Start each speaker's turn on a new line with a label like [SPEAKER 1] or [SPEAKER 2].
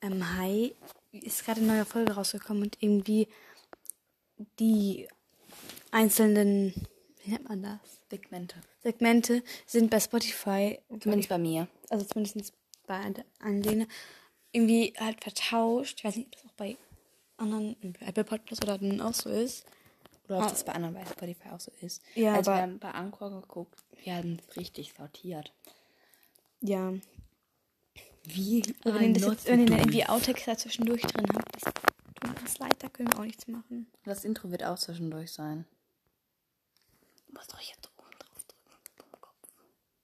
[SPEAKER 1] Ähm, hi, ist gerade eine neue Folge rausgekommen und irgendwie die einzelnen, wie nennt man das?
[SPEAKER 2] Segmente.
[SPEAKER 1] Segmente sind bei Spotify,
[SPEAKER 2] Zumindest bei mir.
[SPEAKER 1] also zumindest bei an- Anlehne, irgendwie halt vertauscht. Ich weiß nicht, ob das auch bei anderen, bei Apple Podcasts oder denen auch so ist.
[SPEAKER 2] Oder ob
[SPEAKER 1] Ah.
[SPEAKER 2] das bei anderen bei Spotify auch so ist.
[SPEAKER 1] Ja,
[SPEAKER 2] Als
[SPEAKER 1] aber-
[SPEAKER 2] wir haben bei Anchor geguckt, wir haben es richtig sortiert.
[SPEAKER 1] Ja.
[SPEAKER 2] Wie?
[SPEAKER 1] Und Also wenn, ihr das jetzt, wenn ihr dann irgendwie Outtakes da zwischendurch drin habt, das tut uns leid, da können wir auch nichts machen.
[SPEAKER 2] Das Intro wird auch zwischendurch sein.
[SPEAKER 1] Was soll ich jetzt